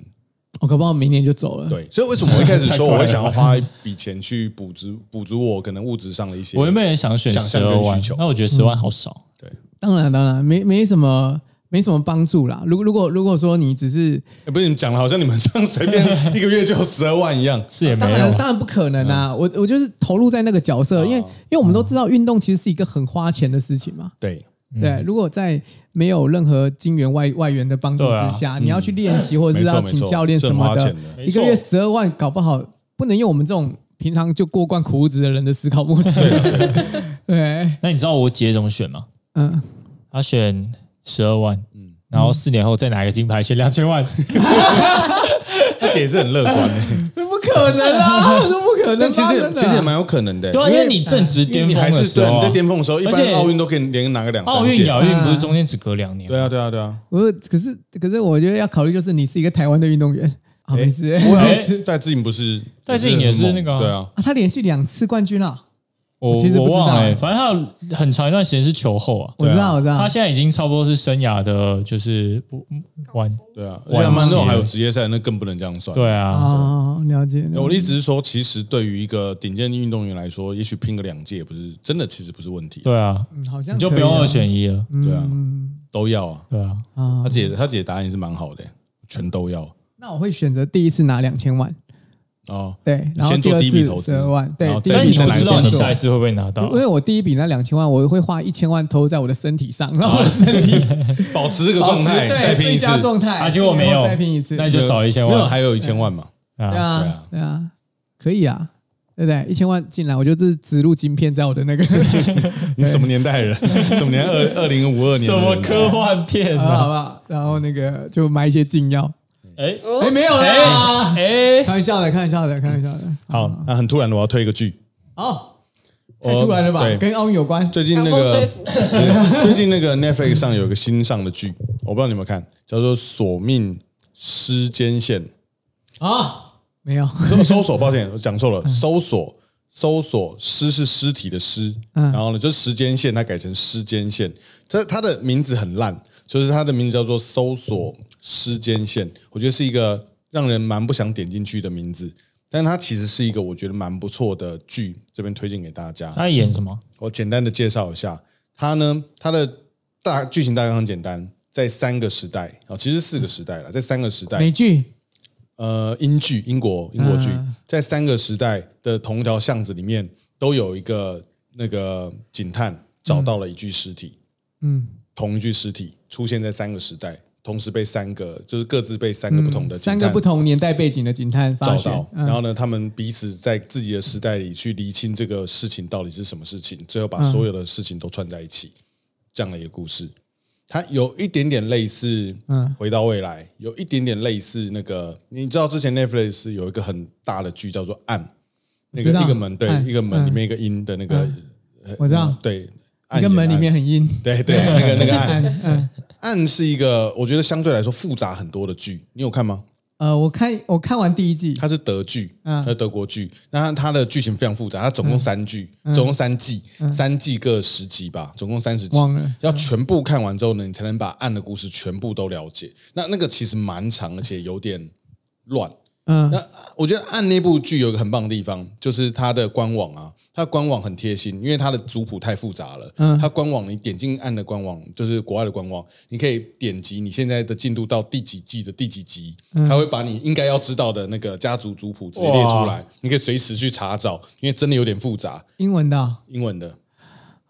我哦搞不好明年就走了。
对，所以为什么我一开始
太
说
快了
我会想要花一笔钱去补足补足我可能物质上的一些？
我原本也想选
想
十
象跟
二万
需求，
那我觉得十万好少。。
当然当然，没没什么没什么帮助啦。如果如果如果说你只是，
欸不是你讲的好像你们上随便一个月就十二万一样
是也没
当
有啊
然，当然不可能啊。
嗯
我我就是投入在那个角
啊
色，因为因为我们都知道运动其实是一个很花钱的事情嘛。
对，
嗯
对，如果在没有任何金源外外援的帮助
对啊
之下，你要去练习或者是
没错
要
没
请
错
教练
是
什
很
么
花
的
钱，的
一个
没错
月十二万，搞不好不能用我们这种平常就过惯苦日子的人的思 考模式。 对，
那你知道我姐怎么选吗？
嗯，
她选十二万，然后四年后再拿一个金牌，选两千万。
他姐也是很乐观的、
这不可能 啊，这不可能
但
吧。
其实
真的
其实也蛮有可能的、
对啊，因为你正值
因为
巅
你
峰
还
的
是
时
对啊
候
你在
啊，
巅峰的时候，一
而且
般奥运都可以连拿个两
奥
三
运、
届。
亚运不是中间只隔两年？
对啊，对啊，对啊。
我可是可是我觉得要考虑就是你是一个台湾的 运动员，好没事
我
哎
也是戴志颖不是，
戴志颖也是那个
很
啊
猛对啊，
啊，他连续两次冠军啊了，
我
我其实不
我
知道
忘了欸，
欸
反正她有很长一段时间是球后啊。
我知道我知道
她，现在已经差不多是生涯的，就是不完。
对啊。而
哇
且他们那
是
种还有职业赛，那更不能这样算。
对啊，
哦，了解。
对，我的意思是说，其实对于一个顶尖运动员来说，也许拼个两届也不是真的，其实不是问题。
对啊，
嗯好像
你就
可
不
以
用
啊
二选一了。
对啊，
嗯
都要啊。
对啊，
啊
他。姐他姐答案也是蛮好的，欸全都要
那我会选择第一次拿两千万，
哦。
对，然后
先
第
做
二
第一笔
次
投
十
资
二万，对
然后，
第
再
一
但
笔
是
笔
你
再
不
投
来
知道
资
做
你
做
下一次会不会拿到
因为我第一笔那两千万，我会花一千万投在我的身体上，让我的身体
保持这个
保
状
持
态，
对
再拼一
最
次，
佳状态
啊结果没有
然后再拼一次，
那
对
你就少了一千
没有
万。
还有一千万嘛？
啊，
对
啊
啊，
对啊，可以啊，对不对？一千万进来，我就这是植入晶片在我的 那个，
你什么年代 人？什么年代二二零五二年
什
的人？
么科幻片
好不
啊？
好？然后那个就买一些禁药，
哎
哎，没有
哎
啦，
哎，
笑的，开玩笑的，开玩笑的。
好，那很突然的，我要推一个剧。
好，太突然了吧
呃？对
跟奥运有关？
最近那
强风
个
吹拂
对最近那个 Netflix 上有一个新上的剧，我不知道你们有没有看，叫做《索命尸间线》。
啊，没有。
搜搜索，抱歉，我讲错了，搜索搜索尸是尸体的尸，
嗯
然后呢，就是时间线，它改成尸间线，它它的名字很烂，就是它的名字叫做搜索尸间线，我觉得是一个让人蛮不想点进去的名字，但它其实是一个我觉得蛮不错的剧，这边推荐给大家。
他演什么？
我简单的介绍一下，它呢，它的大剧情大纲很简单，在三个时代啊、哦，其实四个时代了，在三个时代，
美剧
呃英剧、英国英国剧，
嗯
在三个时代的同一条巷子里面，都有一个那个警探找到了一具尸体，
嗯，
同一具尸体出现在三个时代，同时被三个就是各自被三个不同的
嗯
警
三
探
个不同年代背景的警探发
找
现
到，，
嗯
然后呢，他们彼此在自己的时代里去厘清这个事情到底是什么事情，最后把所有的事情都串在一起，这样的一个故事。它有一点点类似，
嗯
嗯，回到未来，有一点点类似那个，你知道之前 Netflix 有一个很大的剧叫做《暗》，那个
知道
一个门对
暗
一个门
嗯
里面一个阴的那个，呃
我知道
对，
一
暗
个
眼
门里
暗
面很阴，
对对，那个那个 暗
嗯嗯，
暗是一个我觉得相对来说复杂很多的剧，你有看吗？
呃，我看我看完第一季，
它是德剧，
嗯
它是德国剧。那它的剧情非常复杂，它总共三剧，总共三季，三季各十集吧，总共三十集。
忘了
要全部看完之后呢，你才能把暗的故事全部都了解。那那个其实蛮长，而且有点乱。
嗯
那我觉得《暗》那部剧有一个很棒的地方，就是它的官网啊，它的官网很贴心，因为它的族谱太复杂了。
嗯
它官网你点进《暗》的官网，就是国外的官网，你可以点击你现在的进度到第几季的第几集，它会把你应该要知道的那个家族族谱直接列出来，你可以随时去查找，因为真的有点复杂，
英文的哦
英文的。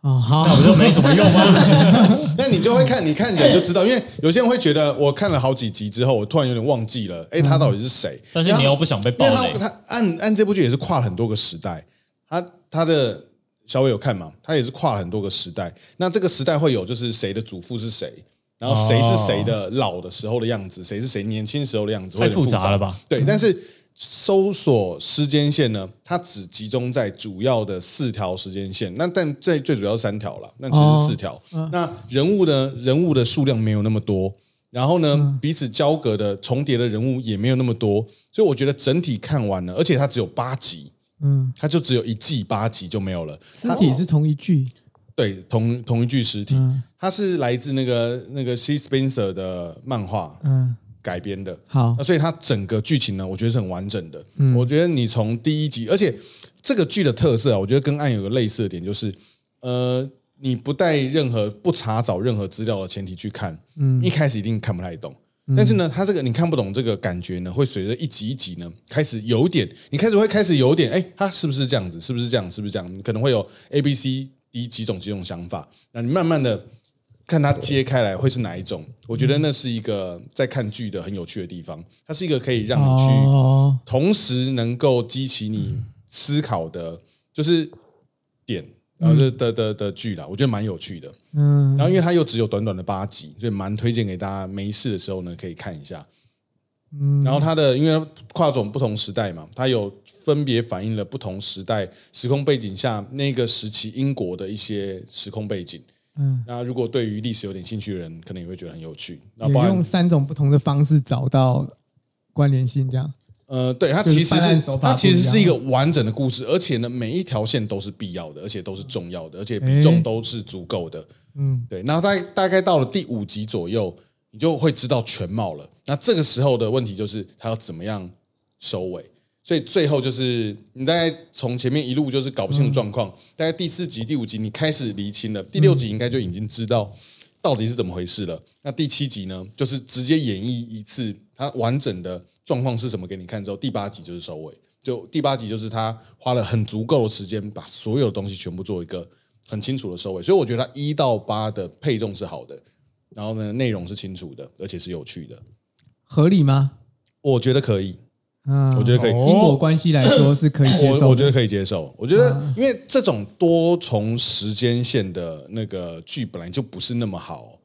哦，好，
我啊说没什么用 啊吗？
那你就会看，你看人就知道，因为有些人会觉得我看了好几集之后，我突然有点忘记了，哎，他到底是谁？
但是
然后
你又不想被暴
因为
雷
他，他按按这部剧也是跨了很多个时代，他他的小伟有看嘛？他也是跨了很多个时代。那这个时代会有就是谁的祖父是谁，然后谁
哦
是谁的老的时候的样子，谁是谁年轻时候的样子，
太
会很
复杂
杂
了吧？
对，但是搜索时间线呢，它只集中在主要的四条时间线，那但最最主要是三条了，那其实是四
哦
条。
嗯
那人物呢，人物的数量没有那么多，然后呢，
嗯
彼此交隔的重叠的人物也没有那么多，所以我觉得整体看完了，而且它只有八集，
嗯，
它就只有一季八集就没有了。
尸体是同一句，
对，同同一具尸体，
嗯
它是来自那个那个 C Spencer 的漫画
嗯，
改编的。
好
那，所以它整个剧情呢，我觉得是很完整的。我觉得你从第一集，而且这个剧的特色啊，我觉得跟《暗》有个类似的点，就是呃，你不带任何不查找任何资料的前提去看，嗯，一开始一定看不太懂。但是呢，它这个你看不懂这个感觉呢，会随着一集一集呢开始有点，你开始会开始有点，哎，它是不是这样子？是不是这样？是不是这样？你可能会有 A、B、C、D 几种几种想法，那你慢慢的看它揭开来会是哪一种。我觉得那是一个在看剧的很有趣的地方，它是一个可以让你去
哦，
同时能够激起你思考的，就是点，然后的的的的剧啦，我觉得蛮有趣的。
嗯，
然后因为它又只有短短的八集，所以蛮推荐给大家没事的时候呢可以看一下。
嗯
然后它的因为跨种不同时代嘛，它有分别反映了不同时代时空背景下那个时期英国的一些时空背景。
嗯
嗯，那如果对于历史有点兴趣的人，可能也会觉得很有趣。那
也
包
用
含
三种不同的方式找到关联性，这样，
呃，对，它
就是
其实
办案
是
手法
它
不
其实
一样
是一个完整的故事，而且呢，每一条线都是必要的，而且都是重要的，而且比重都是足够的。
嗯，
对，然后大概大概到了第五集左右，你就会知道全貌了。那这个时候的问题就是，他要怎么样收尾？所以最后就是你大概从前面一路就是搞不清楚状
嗯
况，大概第四集、第五集你开始厘清了，第六集应该就已经知道到底是怎么回事了。那第七集呢，就是直接演绎一次它完整的状况是什么给你看之后，第八集就是收尾。就第八集就是他花了很足够的时间把所有东西全部做一个很清楚的收尾，所以我觉得它一到八的配重是好的，然后呢内容是清楚的，而且是有趣的，
合理吗？
我觉得可以，
嗯，
我觉得可以。
因果关系来说是可以接受的
我我觉得可以接受，啊我觉得因为这种多重时间线的那个剧本来就不是那么好，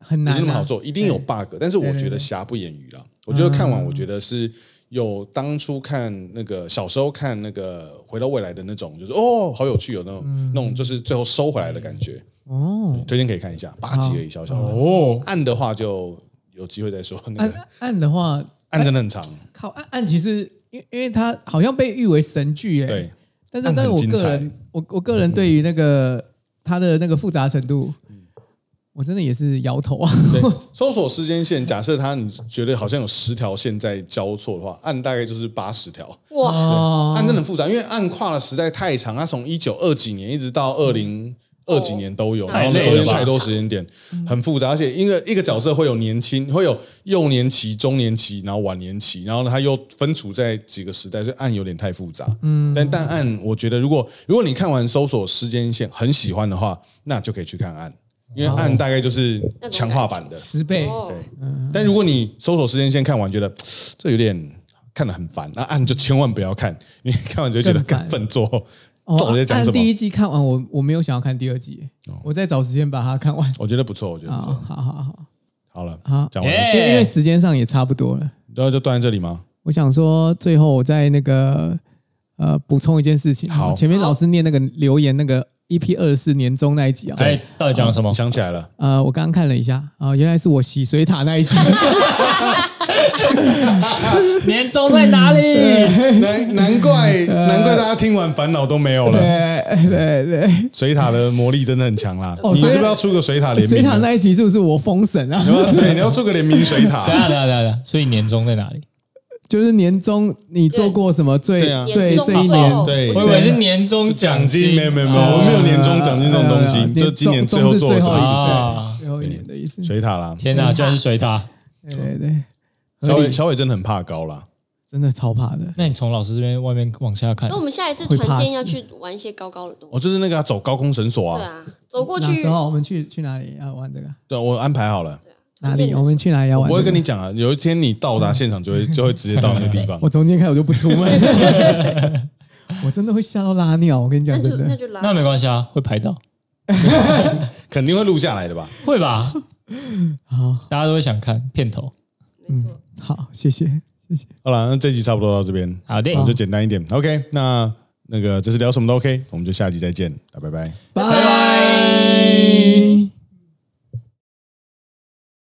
很
不是
难
那么
啊
好做，一定有 bug，但是我
对
觉
对
得瑕不掩瑜啦。我觉得看完，我觉得是有当初看那个小时候看那个《回到未来》的那种，就是哦，好有趣，有那种、
嗯
那种就是最后收回来的感觉。
哦，
推荐可以看一下，八集而已，小小 的。
哦，
暗的话就有机会再说，那个
按按的话，
暗真的很长，
靠按按其实因为因为它好像被誉为神剧哎、
对，
但
暗
是但是
很
我
精
个
彩
人我我个人对于那个它的那个复杂程度，我真的也是摇头啊。
对，搜索时间线，假设它你觉得好像有十条线在交错的话，按大概就是八十条。
哇，
哦
按真的很复杂，因为按跨了时代太长，它从一九二几年一直到二零二几年都有，
哦
然后呢
太累
中间
了吧
太多时间点，很复杂，而且一个一个角色会有年轻，会有幼年期、中年期，然后晚年期，然后呢它又分处在几个时代，所以按有点太复杂。嗯，但但按我觉得，如果如果你看完《搜索时间线》很喜欢的话，那就可以去看按，因为按大概就是
那种
强化版的。
十倍，
哦
对，
嗯
但如果你搜索时间线看完，觉得嘖这有点看得很烦，那按就千万不要看， 因为看完就会觉得
更烦
更笨拙，
哦
不懂我在讲
按
什
第一
么。
季看完，我我没有想要看第二季，我再找时间把它看完。
我觉得不错，我觉得
啊，
不错。
好好好，
好了
好，
讲完了，
哎
因为因为时间上也差不多了。
然后就断在这里吗？
我想说，最后我再那个呃补充一件事情。
好
前面老师念那个留言那个 EP 二十四年终那一集啊，
哎，到底讲 了什么？
想起来了，
呃，我刚刚看了一下啊、原来是我洗水塔那 一集。
年终在哪里？
难难 怪难怪大家听完烦恼都没有了。
对对对，
水塔的魔力真的很强啦，
哦
你是不
水
是
塔
要出个水塔联
水
名啊
塔？那一集是不是我封神啊
你？要对，你要出个联名水塔
等一，下等一下等一下等一下，所以年终在哪里？
就是年终你做过什么最
对啊
最
年终
这
哦
一
最后
年？
对
我以为是年终
奖金
金，哦
没有没有没有，
啊
我们没有年终奖金这种东
呃
西，就今年
终
最后
是
做的什么事
最
情？
后一
啊
年最后一年的意思。
水塔啦，
天哪，居然是水塔！
对对对，
小
合
伟
理
小伟真的很怕高啦。
真的超怕的。
那你从老师这边外面往下看
那我，们下一次
会
团建
pass
要去玩一些高高的东西。
我就是那个啊走高空绳索
对
啊，
啊，走过
那
去
时候我们去去哪里要玩这个？
对啊我安排好了，
哪
团建
里？
的
我
时
们
候
去哪里要
我
玩、
不会跟你，讲啊。有一天你到达现场，就会 就会直接到那个地方。
我从今天开始我就不出门。 我真的会吓到拉尿，我跟你
那
讲真
就那
的。
就拉
那没关系啊，会排到，
肯定会录下来的吧？
会吧？
好，
大家都会想看片头。
没错。
好，谢谢，谢谢。
好了，那这集差不多到这边，
好的，
就简单一点。OK，那那个这是聊什么都 OK，我们就下集再见，啊拜拜。
拜拜。